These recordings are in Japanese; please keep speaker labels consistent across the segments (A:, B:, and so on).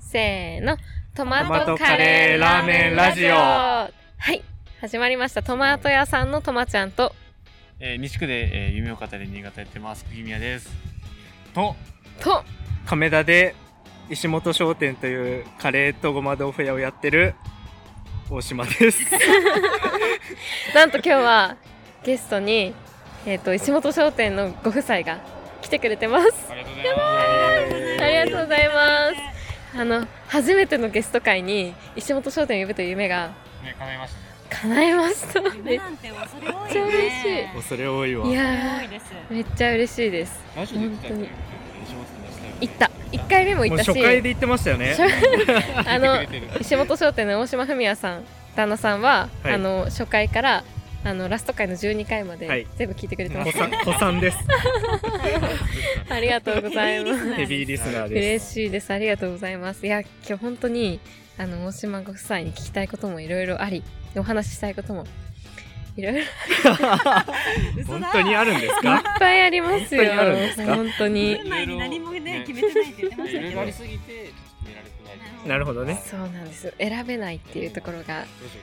A: せーの。トマ
B: ト
A: ト
B: カ
A: カレ
B: レー
A: ー
B: ラ
A: ラ
B: ー
A: ー
B: メ
A: メ
B: ン
A: ン
B: ラ
A: ラ
B: ジ
A: ジ
B: オ
A: オ。はい。始まりました。トマト屋さんのトマちゃんと、
B: えー、西区で、えー、夢を語り新潟やってます釘宮ですと
A: と、
C: 亀田で石本商店というカレーとごま豆腐屋をやってる大島です。
A: なんと今日はゲストに、えっ、と、石本商店のご夫妻が来てくれてます。
B: ありがとうございます
A: ありがとうございます。あの、初めてのゲスト会に石本商店を呼ぶという夢が
B: ね叶いましたね
A: 叶いました。め
D: 夢
A: っ
D: なんて恐れ多
A: めっ
D: いね。
A: ちゃ嬉しい
C: 恐れ多いわ
A: い。や
D: 多い
A: ー、
D: です。
A: めっちゃ嬉しいです。
B: ラジオで来たよね西本
A: 行った。1回目も行っ
C: もう
A: たし。
C: 初回で言ってましたよね。
A: あ
B: の
A: の
B: 来てくれてる
A: 石本商店の大島文也さん旦那さんは、
C: はい
A: あの初回からあのラスト回の12回まで、
C: はい
A: 全部聞いてくれてま
C: 子
A: す
C: さん、子さ んです。
A: ありがとうござい ます
C: ヘビーリスナーです。
A: 嬉しいですありがとうございますいや今日本当にあの大島ご夫妻に聞きたいこともいろいろありお話ししたいこともいろいろいっ
D: 嘘
C: 本
D: だ。
C: 当にあるんですか？
A: ぱいありますよ
C: 本当にあるんですか
A: 本当に
D: 来る前に何も
B: ね
D: ね決めてないって言ってまし
B: い
D: た
B: ろ
D: け
B: いろあ
D: ど
B: り。すぎてちょっと決められてない
C: なるほどね。
A: そうなんです選べないっていうところが
B: どうしよ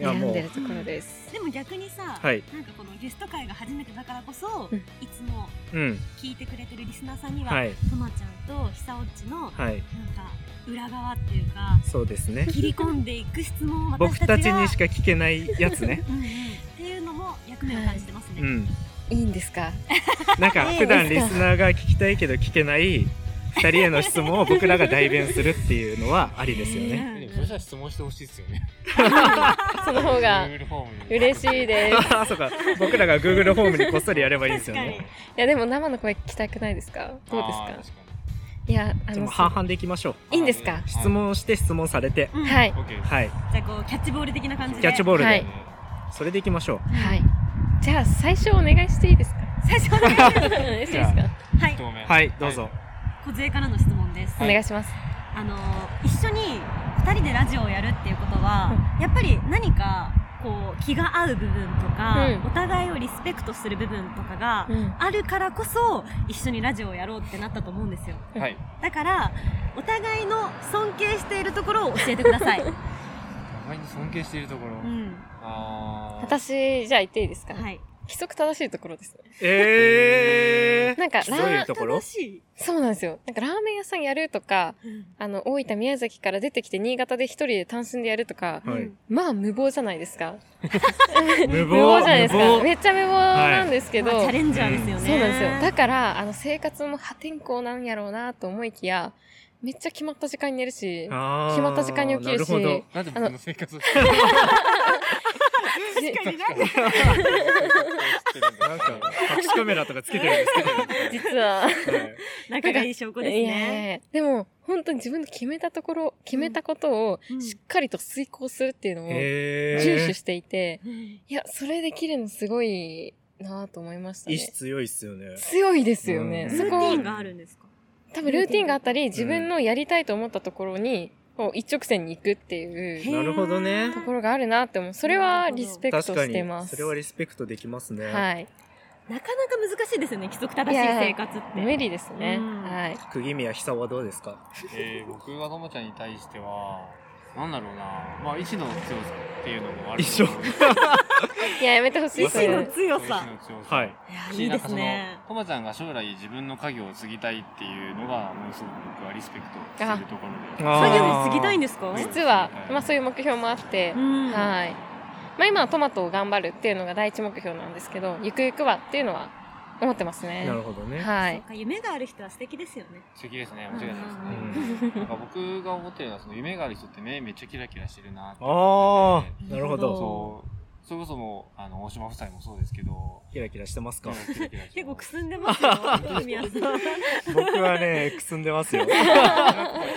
C: いや
A: 悩ん
C: も
A: でる
C: う
A: ところです
D: でも逆にさ、
C: はい
D: なんかこのゲスト会が初めてだからこそ、
A: うん
D: いつも
C: うん
D: 聞いてくれてるリスナーさんには、
C: はい
D: とまちゃんとひさおっちのなんか
C: はい
D: 裏側っていうか
C: そうですね。
D: 切り込んでいく質問を
C: 僕
D: 私た
C: た
D: ち
C: ち
D: が
C: にしか聞けないやつね。
D: うんうんっていうのも役目を感じてますね。
C: うん。
A: いいんですか
C: なん か普段リスナーが聞きたいけど聞けない二人への質問を僕らが代弁するっていうのはありですよ
D: う
C: ね。
B: うで
D: ん
B: もそれじゃ質問してほしいですよね
A: その方が
B: Google フォームに
A: 嬉しい です
C: ああ、そうか。僕らが Google ホームにこっそりやればいいんですよね。
A: いやでも生の声聞きたくないですかどうです
B: あー
A: か
B: 確に
A: いやあ
C: で
A: の
C: も半々でいきましょう。
A: いいんですか
C: 質問して質問されて、
D: うん
A: はい、
B: OK です
C: はい、
D: じゃあこうキャッチボール的な感じで。
C: キャッチボールで、
A: は
B: え
A: い
C: それでいきましょう。
A: はいじゃあ最初お願いしていいですか
D: 最初の、ね、
A: いいですか
D: は
B: ー
D: い
B: 一投目
C: はい、どうぞ。
D: 小からの質問です。
A: お願いします
D: あの一緒に2人でラジオをやるっていうことは、やっぱり何かこう気が合う部分とか、
A: うん
D: お互いをリスペクトする部分とかが
A: うん
D: あるからこそ一緒にラジオをやろうってなったと思うんですよ
B: はい
D: だからお互いの尊敬しているところを教えてく ださい、
B: 互いに尊敬しているところ
D: うん
B: あー
A: 私じゃあ言っていいですか、
D: はい、
A: 規則正しいところです
C: えー、
A: なんか
C: どういうところ
D: 楽しい、
A: そうなんですよなんかラーメン屋さんやるとか
D: うん
A: あの大分宮崎から出てきて新潟で一人で単身でやるとか
C: はい
D: うん
A: まあ無謀じゃないですか
C: 無
A: 無謀じゃないで
C: 無
A: すか
C: 謀
A: めっちゃ無謀なんですけど、
D: まあチャレンジャーですよね、
A: そうなんですよ。だから、あの、生活も破天荒なんやろうなと思いきや、めっちゃ決まった時間に寝るし、
C: あー
A: 決まった時間に起きるし
C: なるほど。
B: なんで僕の生活を知って
D: 確かになんか
B: るんだ
C: なんか隠しカメラとかつけてるんです
A: 実は。
C: けど、はい
D: 仲がいい証拠です
A: いやいやい
D: ね
A: やでも、本当に自分の決めたところ、決めたことを
D: うん
A: しっかりと遂行するっていうのを重
C: え
A: 視
C: ー、
A: していて、
D: うん
A: いや、それできるのすごいなと思いました
C: 意
A: ね
C: 志。強いっすよね。
A: 強いですよね。
C: うん
A: そ
D: ルーテ
A: こ
D: ィ、ンがあるんですか
A: 多分ルーティンがあったり、自分のやりたいと思ったところに、こう一直線に行くっていう
C: なるほどね
A: ところがあるなって思う。それはリスペクト
C: 確か
A: して
C: に
A: ま、す。
C: それはリスペクトできますね。
A: はい。
D: なかなか難しいですよね規則正しい生活って
A: 無理ですね。
D: うん
A: はい。
C: 釘宮久はどうですか
B: えー、僕はともちゃんに対してはなんだろうなまあ意志の強さっていうのもある
C: 一緒
B: と思う
A: いや、やめてほしい
D: 意
A: です
D: 志の
A: ね。
D: 強
B: 意志
D: さ
B: の強さ
C: はい。
D: いやいい
B: なん
D: で
B: かそ
D: す
B: の
D: ね
B: ともちゃんが将来自分の家業を継ぎたいっていうのがものすごく僕はリスペクトするところで
C: あ
D: 作
C: 作
D: 業
C: 業
D: に
C: に
D: 過
C: 過
D: ぎ
C: ぎ
D: た
C: た
D: い
C: いん
D: んですか
A: 実は、まあそういう目標もあって
D: う、ん
A: はい。まあ今はトマトを頑張るっていうのが第一目標なんですけど、ゆくゆくはっていうのは思ってますね。
C: なるほどね。
A: は
D: そ
A: い
D: っ。か夢がある人は素敵ですよね
B: 素敵ですね間違いないですね
D: うん
B: なんか僕が思ってるのはその夢がある人って目めっちゃキラキラしてるなって
C: ああ、なるほ
D: なるほど
C: ど。
B: そうそれこそもうあの大島夫妻もそうですけど
C: キラキラしてますか
B: キラキラして
D: 結構
B: もう
D: くすんでますよ 宮さん
C: 僕はね、くすんでますよ。
B: 自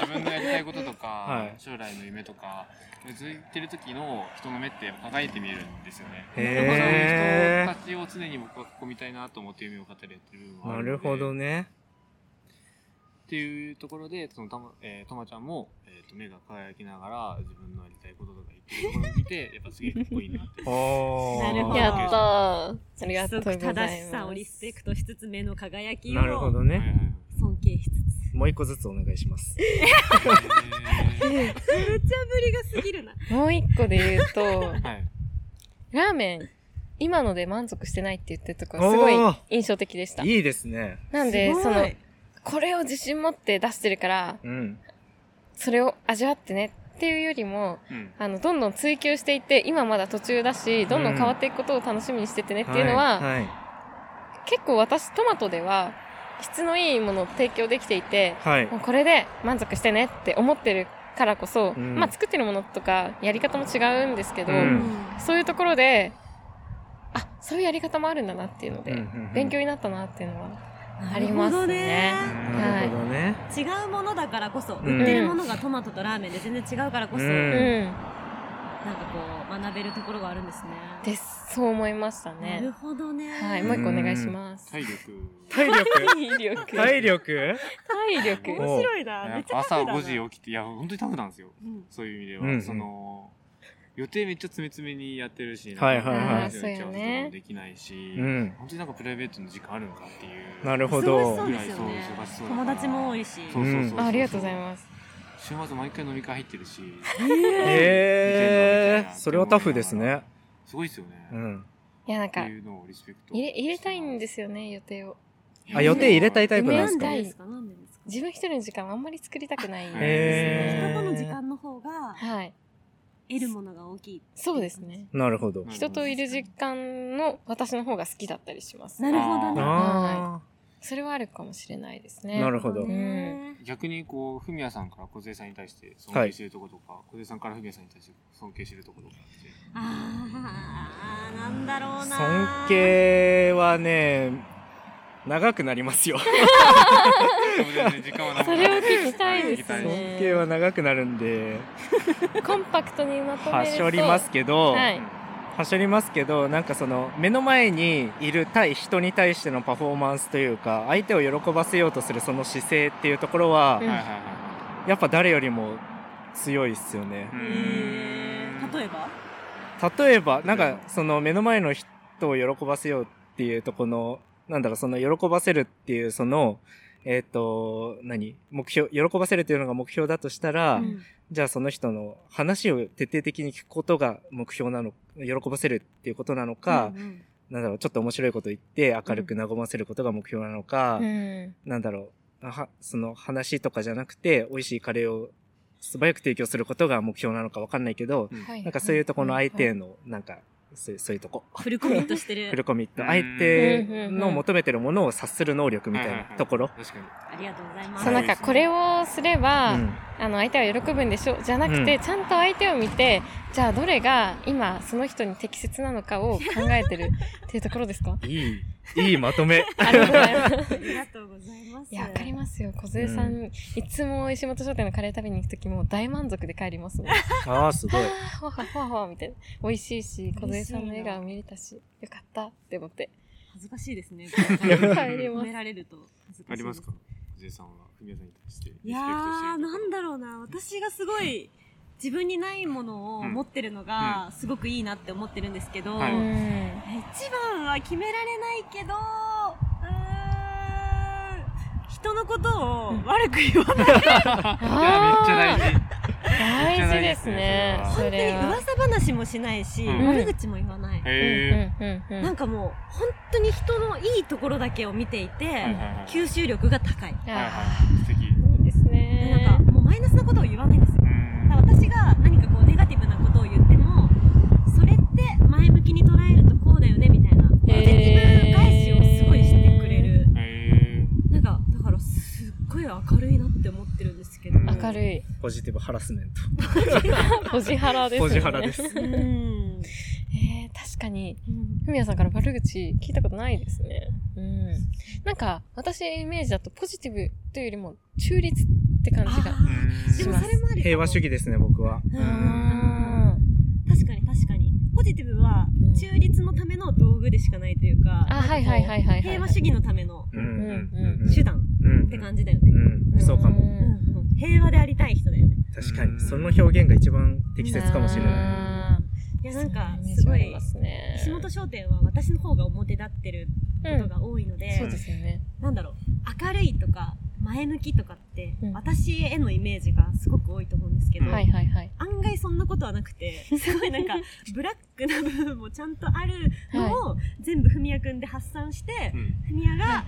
B: 分のやりたいこととか、
C: はい
B: 将来の夢とか続いてる時の人の目ってやっぱ輝いて見えるんですよね。
C: へー
B: そういう人たちを常に僕は囲みたいなと思って夢を語りやってる部分はあ
C: な
B: の
C: る
B: で
C: ほどね。
B: っていうところでそのたま、えー、とまちゃんも、えー、と目が輝きながら自分のやりたいこととか言ってるところを見てやっぱすげえかっこいいなって。
C: お
D: なるほど
A: やったー。ありが
D: 規
A: とうござ
D: 則
A: います。
D: 正しさをリスペクトしつつ目の輝き
C: なるほ
D: を
C: ど
B: はいはい
C: ね。
B: はい
D: 尊敬しつつ
C: もう一個ずつお願いします。
B: え
A: し
B: ー
A: い。
D: ぶりが過ぎるな。
A: もう一個で言う と、
B: はい。
A: ラーメン、今ので満足してないって言ってるとこがすごい
C: おー
A: 印象的でした。
C: いいですね。
A: なんで、
D: す
A: そ
D: ごい
A: の、これを自信持って出してるから、
C: うん。
A: それを味わってねっていうよりも、
B: うん。
A: あの、どんどん追求していって、今まだ途中だし、どんどん変わっていくことを楽しみにしてってねっていうのは、
C: はい。
A: 結構私トマトでは、質のいいものを提供できていて、
C: はい。はい
A: もうこれで満足してねって思ってるからこそ、
C: うん
A: まあ作ってるものとかやり方も違うんですけど、
C: うん
A: そういうところで、あ、そういうやり方もあるんだなっていうので、
C: うんうんうん
A: 勉強になったなっていうのは。あり
D: な
A: ま
D: るほ
A: す
D: ど
A: ね
D: ね。
C: なるほどね。
D: 違うものだからこそ、
C: ん
D: 売ってるものがトマトとラーメンで全然違うからこそ、
C: う
A: うんん。
D: なんかこう学べるところがあるんですね。
A: です。そう思いました
D: なる
A: ね。
D: ほどね。
A: はい。もう一個お願いします。
B: 体力。
C: 体 力
A: 体力。
C: 体力
A: 体力。
D: 面白いな。めっちゃ
B: 朝
D: 楽だな
B: 5時起きて、いや、本当にタフなんですよ。
D: うん
B: そういう意味で
C: うんうん
B: は。その、予定めっちゃ詰め詰めにやってるし、
C: はいはいはい
B: なんか打ち合わせとかもできないうし、
C: ん。
B: 本当になんかプライベートの時間あるのかっていう。
C: なるほ
D: 忙しそ
C: ど
D: う。ですよね
B: ぐらいそう忙しそうだから
D: 友達も多いし。
B: そうそうそう。
A: あありがとうございます。
B: す。週末毎回飲み会入ってるし、
C: ええー、それはタフですね。
B: すごいですよね。
C: う
B: っ
C: ん。
A: いや、なん
B: て
A: か、
B: いうのをリスペクト。
A: 入れ、入れたいんですよね、予定を。
C: あ、予定入れたいタイプなんで
D: な
C: す
D: ん
C: か
A: 入
D: で
A: れ
D: ですかなんでですか
A: 自分一人の時間はあんまり作りたくないんですよね。
C: へー
D: 人との時間の方が
A: はい。
D: 得るものが大きい。
A: そうですね。
C: なるほど。
A: 人といる時間の私の方が好きだったりします。
D: なるほどね。
C: あ
A: それはあるかもしれないです
C: あ、
A: ね。
C: なるほど。
A: ね
B: 逆にこう、ふみやさんから小杉さんに対して尊敬してるとことか、小杉さんからふみやさんに対して尊敬してるとことかって。
D: ああ、なんだろうな。
C: 尊。敬はね、長くなりますよ。
B: 全然時間はな く
A: それを聞きたいです
B: は
C: 尊
A: ね
C: 敬は長くなるんで、
A: コンパクトにまとめると。
C: はしょります。けど、
A: はい。
C: はしょりますけど、なんかその、目の前にいる対人に対してのパフォーマンスというか、相手を喜ばせようとするその姿勢っていうところは、
B: いはいは
C: やっぱ誰よりも強いっすよね。
B: い。
D: えー例えば
C: 例えば、なんか、その目の前の人を喜ばせようっていうとこの、なんだろう、その喜ばせるっていう、その、えっ、と、何目標、喜ばせるというのが目標だとしたら、
A: うん
C: じゃあその人の話を徹底的に聞くことが目標なの、喜ばせるっていうことなのか、
D: うんうん
C: なんだろう、ちょっと面白いこと言って明るく和ませることが目標なのか、
A: うん。
C: なんだろう、は、その話とかじゃなくて、美味しいカレーを素早く提供することが目標なのかわかんないけど、
A: はい
C: なんかそういうとこの相手
A: は
C: の、なんか、そういうそういうとこ。
D: フルコミットして
C: フ
D: る
C: ル。コミット。
B: うん
C: 相手の求めてるものを察する能力みたいなところ。
B: 確かに。
D: ありがとうございま
A: い
D: す。
A: そう、なんか、これをすれば、
C: うん
A: あの、相手は喜ぶんでしょじゃなくて、
C: う
A: ちゃんと相手を見て、じゃあどれが今、その人に適切なのかを考えてるっていうところです か
C: いい、いいまとめ。
A: ありがとうございます。
D: ありがとうございます。
A: いや、わかりますよ。小杉さん、
C: う
A: いつも石本商店のカレー食べに行くときも大満足で帰りますもん。あ
C: ああ、すごい。
A: ーほわほわほわほわみたいな。美味しいし、小杉さんの笑顔見れたし、よかったって思って。
D: 恥ずかしいですね。
A: 帰り
D: 褒
A: ま
D: め
A: す。
D: られると恥ずかしい。
B: ありますか小杉さんは、ふみやさんに対してリスペクトしてる。
D: いやー、なんだろうな。私がすごい、自分にないものを持ってるのが、すごくいいなって思ってるんですけど、
B: は
A: う
B: い
A: ん。
D: 一番は決められないけど、うーん人のことを悪く言わない。
B: いや、めっちゃ大事。
A: 大事ですね。
B: め
A: そ
B: っちゃ大事ですね
D: 本当に
A: れは。
D: 噂話もしないし、
B: うん
D: 悪口も言わない。
B: へ
A: うんうんうんうん
D: なんかもう、本当に人のいいところだけを見ていて、
B: え。はいはいはい。
D: 吸収力が高い。
B: はいはい
A: あ
B: はい。素敵。
A: ーいいです
D: でなん
A: ね。
D: か、もうマイナスなことを言わないんですよ。
B: うん
D: だから私が何かこう、ネガティブなことを言っても、それって前向きに捉えるとこうだよね、みたいな。ポジティブ返しをすごいしてくれる。
B: へ
D: なんか、だから、すっごい明るいなって思ってるんですけど。。
A: 明るい。
C: ポジティブハラスメント。
A: ポジハラですね。
C: ポジハラです
D: うん。
A: えー、確かに。ふみやさんから悪口聞いたことないですね。うん。なんか、私イメージだとポジティブというよりも中立って感じが。
D: あ
B: ー
D: ーで
A: し
D: も
A: ます
D: それもある
C: 平和主義ですね、僕は。
D: う
A: うん
D: ん確かに確かにポジティブは
A: うん
D: 中立のための道具でしかないというか、
A: あ、はいはいはいはい、はい。
D: 平和主義のための
C: う
A: うん
C: ん
D: 手段
C: うん
D: って感じだよね、
C: うん、そうかも。
D: うんうん平和でありたい人だよね
C: 確かに。その表現が一番適切かもしれない。
A: ない
D: やなんか
A: イメー
D: す
A: ジ
D: ご
A: あり
D: い
A: ますね。
D: 石本商店は私の方が表立ってることが多いので、
A: そうですよね。
D: なんだろう明るいとか前向きとかって
A: うん
D: 私へのイメージがすごく多いと思うんですけど、
B: うん
A: はいはいはい。
D: 案外そんなことはなくて、 すごいなんか、ブラックな部分もちゃんとあるのを、全部ふみやくんで発散して、
B: うん
D: ふみやが、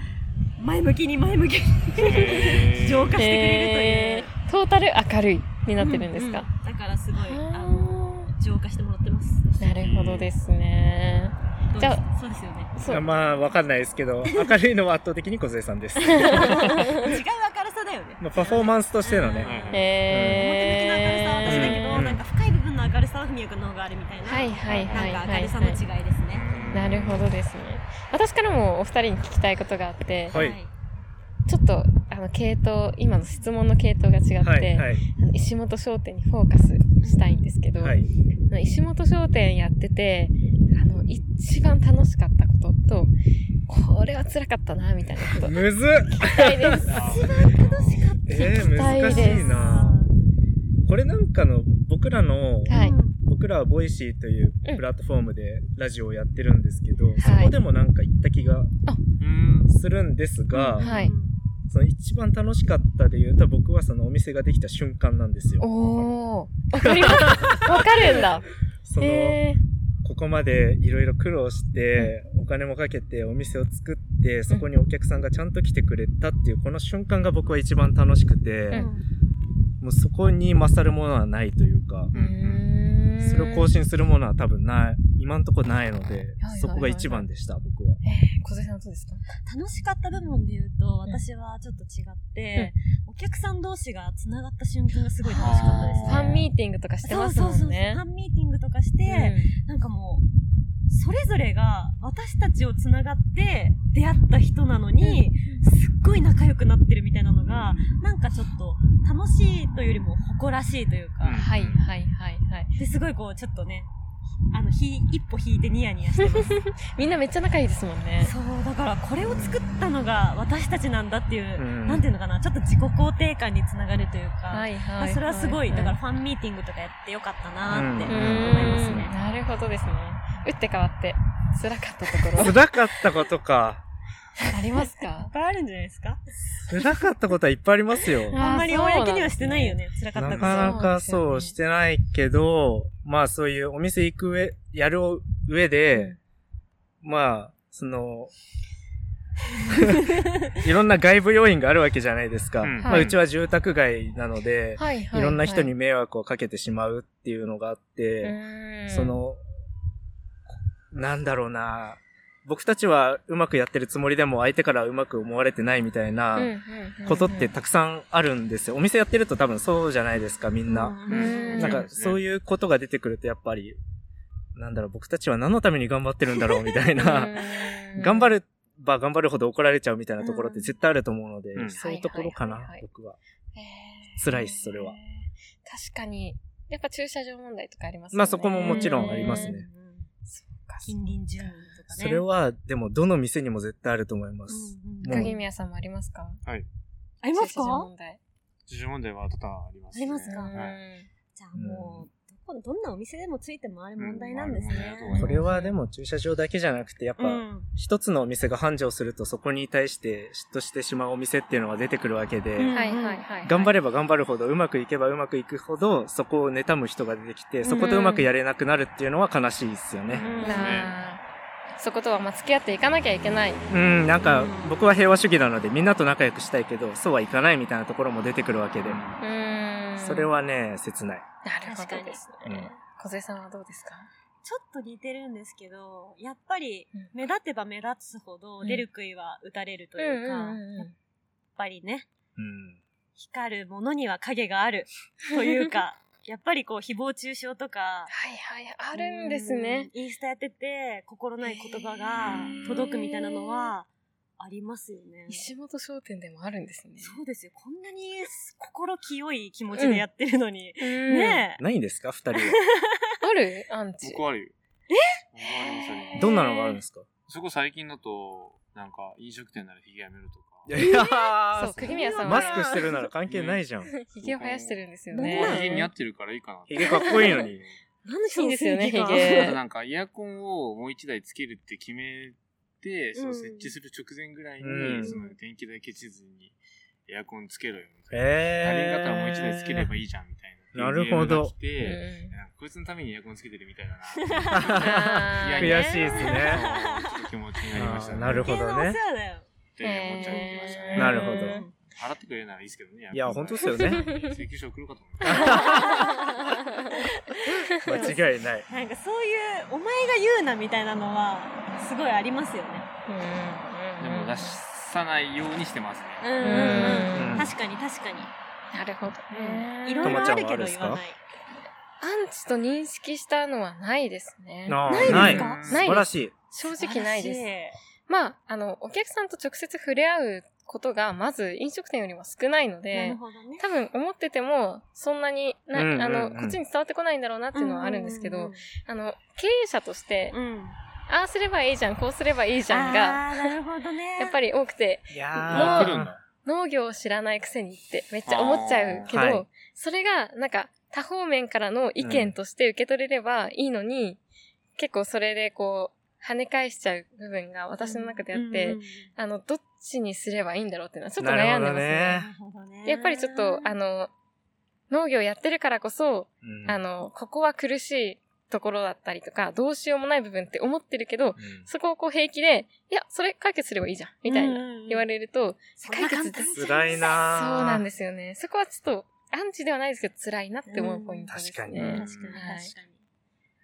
D: 前向きに前向きに
B: へー
D: 浄化してくれ
A: え
D: る
A: ー、トータル明るいに
D: という。
A: なってるんですか
D: う。んうんだからすごい、あの、
A: あ
D: 浄化してもらってます。
A: ーなるほどですね。
D: ど
A: じ
D: うで
A: ゃ
D: す
A: あ
D: そうですよね。
A: そう。
C: まあ、わかんないですけ ど、明るいのは圧倒的に小杉さんです。
D: 違いは明るさだよね。
C: まあ、パフォーマンスとしてのね。
B: はい
D: 表向きの明るさは私だけ
A: え
D: ど、
C: うん
D: なんか深い部分の明るさはふみやくんの方があるみたいな、
A: ー。はいはいはい
D: なんか
A: は
D: 明
A: い
D: るさの
A: は
D: 違いです
A: い。
D: ね。
A: なるほどですね。私からもお二人に聞きたいことがあって、
C: はい
A: ちょっとあの系統、今の質問の系統が違って、
C: はい、はい、
A: あの石本商店にフォーカスしたいんですけど、
C: はい。
A: あの石本商店やってて、あの、一番楽しかったことと、これは辛かったな、みたいなこと。聞
C: むずっ
A: きたいです。
B: あ
D: 一番楽しかった。
C: え
A: 聞き
C: ー、難
A: たいで
C: しい
A: す
C: なこれなんかの、僕らの、
A: はい
D: うん
C: 僕らはボイシーという
A: うん
C: プラットフォームでラジオをやってるんですけど、
A: い
C: そこでもなんか言った気が
B: うん
C: するんですが、
A: は
D: う
A: い。
D: ん
C: その一番楽しかったで言うと僕はそのお店ができた瞬間なんですよ。
A: おー。わかります。わかるんだ。
C: その、
A: え
C: ここまでいろいろ苦労して、お金もかけてお店を作って、そこにお客さんがちゃんと来てくれたっていうこの瞬間が僕は一番楽しくて、
A: うん
C: もうそこに勝るものはないという
A: ー。
C: か、
B: う
A: う
B: ん
A: ーん
C: それを更新するものは多分ない、今んとこないので
A: はいはい、
C: そこが一番でした、僕は。
A: えー小杉さんはどうですか
D: 楽しかった部門で言うと、私はちょっと違って、お客さん同士が繋がった瞬間がすごい楽しかったです
A: フ
D: ね。
A: ァンミーティングとかしてますもんね
D: ファ。ンミーティングとかして、なんかもう、それぞれが私たちを繋がって出会った人なのに、すっごい仲良くなってるみたいなのが、なんかちょっと楽しいというよりも誇らしいとい
A: う
D: う
A: ん
D: か、
A: はいはいはいはい。
D: ですごいこうちょっとね、あの、ひ一歩引いてニヤニヤしてます。
A: みんなめっちゃ仲いいですもんね。
D: そうだからこれを作ったのが私たちなんだっていう、
C: うん
D: なんていうのかなちょっと自己肯定感につながるというか、
A: はい
D: ま
A: は
D: あ、
A: い。
D: それはすごい、だから
A: は
D: ファンミーティングとかやってよかったなって
A: い、
C: う
D: 思
C: ん
D: います
A: うーん
D: ね、
A: なるほどですね。打って変わって、辛かったと ころ、
C: 辛かったことか。
A: ありますか
D: いっぱいあるんじゃないですか
C: 辛かったことはいっぱいありますよ。
A: あー
D: あんまり公にはしてないよね辛か
C: な
D: ったこ
C: かなか
A: そうで
C: そう
A: すよね
C: してないけど、まあそういうお店行く上、やる上で、まあ、その、 いろんな外部要因があるわけじゃないですか。
B: うん
C: まあ
A: はいう
C: ちは住宅街なので、、
A: はいはい
C: ろんな人に迷惑をかけてしまうっていうのがあって、そ、の、なんだろうな、僕たちはうまくやってるつもりでも相手からうまく思われてないみたいな、
A: はいうんうんうんうん
C: ことってたくさんあるんですよ。お店やってると多分そうじゃないですか、みんな。
D: う
A: うん
C: なんか、そういうことが出てくるとやっぱり、なんだろう、僕たちは何のために頑張ってるんだろう、みたいな。
A: うん
C: 頑張れば頑張るほど怒られちゃうみたいなところって絶対あると思うので、
B: うん
C: そういうところか
A: はいはい
C: な
A: はいはい、
C: 僕は。
A: えー
C: 辛いっすそれは
A: 確かに、やっぱ駐車場問題とかありますよね
C: まあそこももちろんありますね。
D: うん
A: そうか
D: 近隣住民とかね
C: それは、でも、どの店にも絶対あると思いま
D: う
C: す。
D: んうん
C: もう
A: 影宮さんもありますか
D: あります
A: 駐車場
D: か
A: 問題
B: 自主問題は多々あります、ね。
D: ありますか
B: はい
D: じゃあもうどこどんなお店でもついて回る問題なんですね、
B: うんうん
C: これはでも駐車場だけじゃなくて、やっ
D: う
C: ぱ
D: ん
C: 一つのお店が繁盛するとそこに対して嫉妬してしまうお店っていうのが出てくるわけで、
A: うん
D: うん
A: はいはいはいはい。
C: 頑張
A: れ
C: れば頑張るほど、うまくいけばうまくいくほど、そこを妬む人が出てきて、そことうまくやれなくなるっていうのは悲しいですよね。
A: なあそことはまあ付き合っていかなきゃいけない。
C: うん、なんか
D: うん、
C: 僕は平和主義なので、みんなと仲良くしたいけど、そうはいかないみたいなところも出てくるわけで、
A: うーん。
C: それ。はね、切ない。
A: なるほどです
C: 確かにう
A: ね
C: ん。
A: 小杉さんはどうですか
D: ちょっと似てるんですけど、やっぱり
A: うん
D: 目立てば目立つほど
A: うん
D: 出る杭は打たれるというか、やっぱりね、
C: うん。
D: 光るものには影があるとい うか、やっぱりこう誹謗中傷とか、
A: はいはい、あるんですね。
D: うん。インスタやってて心ない言葉が届くみたいなのはありますよね。
A: 石本商店でもあるんですね。
D: そうですよ。こんなに心清い気持ちでやってるのに。
A: ね
D: ねえ。
C: ないんですか二人は。
A: え。あるアンチ
B: 僕。はあるよ。僕はありますあります
C: どんなのがあるんですか
B: そこ最近だと、なんか飲食店ならヒゲやめるとか。
C: いやいや
A: そう、釘宮さん
C: マ
A: は
C: スクしてるなら関係ないじゃん。
A: 髭を生やしてるんですよ
D: 僕
A: ね
D: は。
B: ヒゲ似合ってるからいいかなって。
C: 髭かっこいいの に。
D: 何の
A: いいですよね
D: 人の正義
A: 髭
D: が
B: あ となんかイヤコンをもう一台つけるって決めて、その設置する直前ぐらいに、
C: うん
B: その電気代消せずにエアコンつけろよみたいな。他人
C: え
B: だったらもう一台つければいいじゃんみた
C: なるほど
B: メールが来
A: う
B: て、
A: ん
B: なんかこいつのためにエアコンつけてるみたいだな。
A: あー
C: 悔しいですね。
B: ちょっと気持ちになりました
C: あー
B: ね。
C: なるほどね
D: 余計なお世話だよ。
B: って思っちゃいましたね。
C: なるほど
A: うん
B: 払ってくれるならいいですけどね。
C: いや本当ですよね
B: 請求書送るかと思っ
C: 間違いない。
D: なんかそういう、お前が言うなみたいなのは、すごいありますよね。
B: た。でも出さないようにしてます
D: う
B: ね。
D: んうんうん
C: うん
D: 確かに確かに。
A: なるほど
D: い
A: ね。
D: ろいろある
C: ともちゃんはある
D: けど
C: っす
D: 言
C: か
D: わない。
A: アンチと認識したのはないですね。
C: あ
D: いで
C: ー
D: すか
C: ない
D: ない
C: 素晴らしい。
A: 正直ないです。
D: す。
A: まあ、あの、お客さんと直接触れ合うことが、まず飲食店よりも少ないの
D: な
A: で
D: る、ほどね。
A: 多分思ってても、そんなにな、
C: うんうんうん
A: あの、こっちに伝わってこないんだろうなっていうのはあるんですけど、あの、経営者として、
D: うんうんうん、
A: ああすればいいじゃん、こうすればいいじゃんが、
D: ああー、なるほどね。
A: やっぱり多くて、
C: い
A: や
B: あ
A: ー
B: ー来るんだ。
A: 農業を知らないくせにってめっちゃ思っちゃうけど、
C: あーはい
A: それがなんか多方面からの意見として受け取れればいいのに、結構それでこう跳ね返しちゃう部分が私の中であって、
D: うんうんうん、
A: あの、どっちにすればいいんだろうっていうのはちょっと
C: なる
A: 悩
C: ほ
A: んで
C: ど
A: ますね。
D: な
C: ね
D: るほどね。
A: でやっぱりちょっと、あの、農業やってるからこそ、
C: うん
A: あの、ここは苦しいところだったりとか、どうしようもない部分って思ってるけど、
C: うん
A: そこをこう平気で、いや、それ解決すればいいじゃん、みたいな
D: な
A: 言わ
D: れ
A: れると、解決で
C: 辛い
A: そう
C: な。
A: なんですすよね。そこはちょっと、アンチではないですけど、辛いなって思うポイントです
C: 確かに
A: ね。
D: 確かに
B: ね
D: 確かに。
A: はい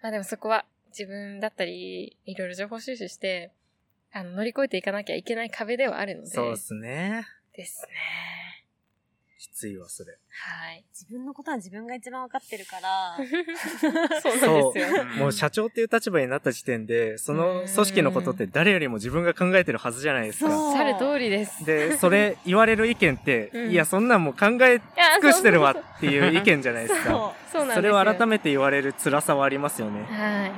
A: まあでもそこは自分だったり、いろいろ情報収集して、あの、乗り越えていかなきゃいけない壁ではあるので。
C: そうですね。
A: ですね。
C: きついわ、それ。
A: はい。
D: 自分のことは自分が一番わかってるから、
A: そうなんですよ。
C: もう社長っていう立場になった時点で、その組織のことって誰よりも自分が考えてるはずじゃないです
D: そ
C: か。
D: う
A: おっしゃる通りです。
C: で、それ言われる意見って、
A: うん
C: いや、そんなんもう考え尽
A: いや
C: くしてるわ
A: そう
C: っていう意見じゃないですか。
A: そうそうなんですよ。
C: それを改めて言われる辛さはありますよね。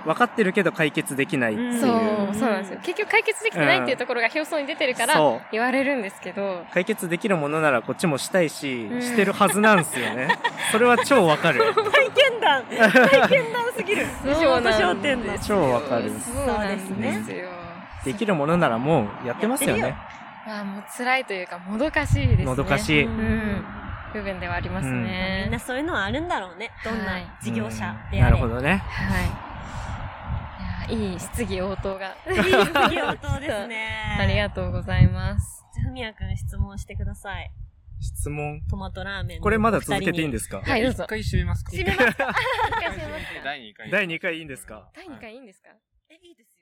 A: は
C: 分かってるけど解決できないって
A: い。
C: いう。
A: そう
D: う、ん
A: そうなんですよ。結局解決できてないっていうところが表層に出てるから、
C: そう
A: 言われるんですけど、
C: 解決できるものならこっちもしたいし、
A: うん
C: してるはずなんですよね。それは超わかる。
D: 体験談体験談すぎる
A: そうなんです
D: 商店の
C: 超わかる。
A: そうなんですよ。
C: できるものならもうやってますよ
D: やっ
C: ね。
A: まあもう辛いというか、もどかしいですね。
C: のどかしい。
D: う
C: うん
A: ん部分ではありますね。
D: みんなそういうのはあるんだろうねどん
A: は
D: ない事業者であ
C: な
D: れ
C: るほどね。
A: はい。いやいい質疑応答が。
D: いい事業党ですね
A: ありが
D: と
A: とうございます。
D: うふみやくん質問してください
C: 質問。
D: トマトラーメン
C: これまだ続けていいん
D: で
C: ですか
A: はい、どう
B: 一
A: ぞ。
B: 回閉めますか
A: 閉めますか一
B: 一
A: 回
B: 回
A: 閉
B: 閉
A: め
B: め
A: ます
B: て
A: か
B: 第2回。
C: 第二回いいんですか
A: 第2回いいんですか
D: えいいですよ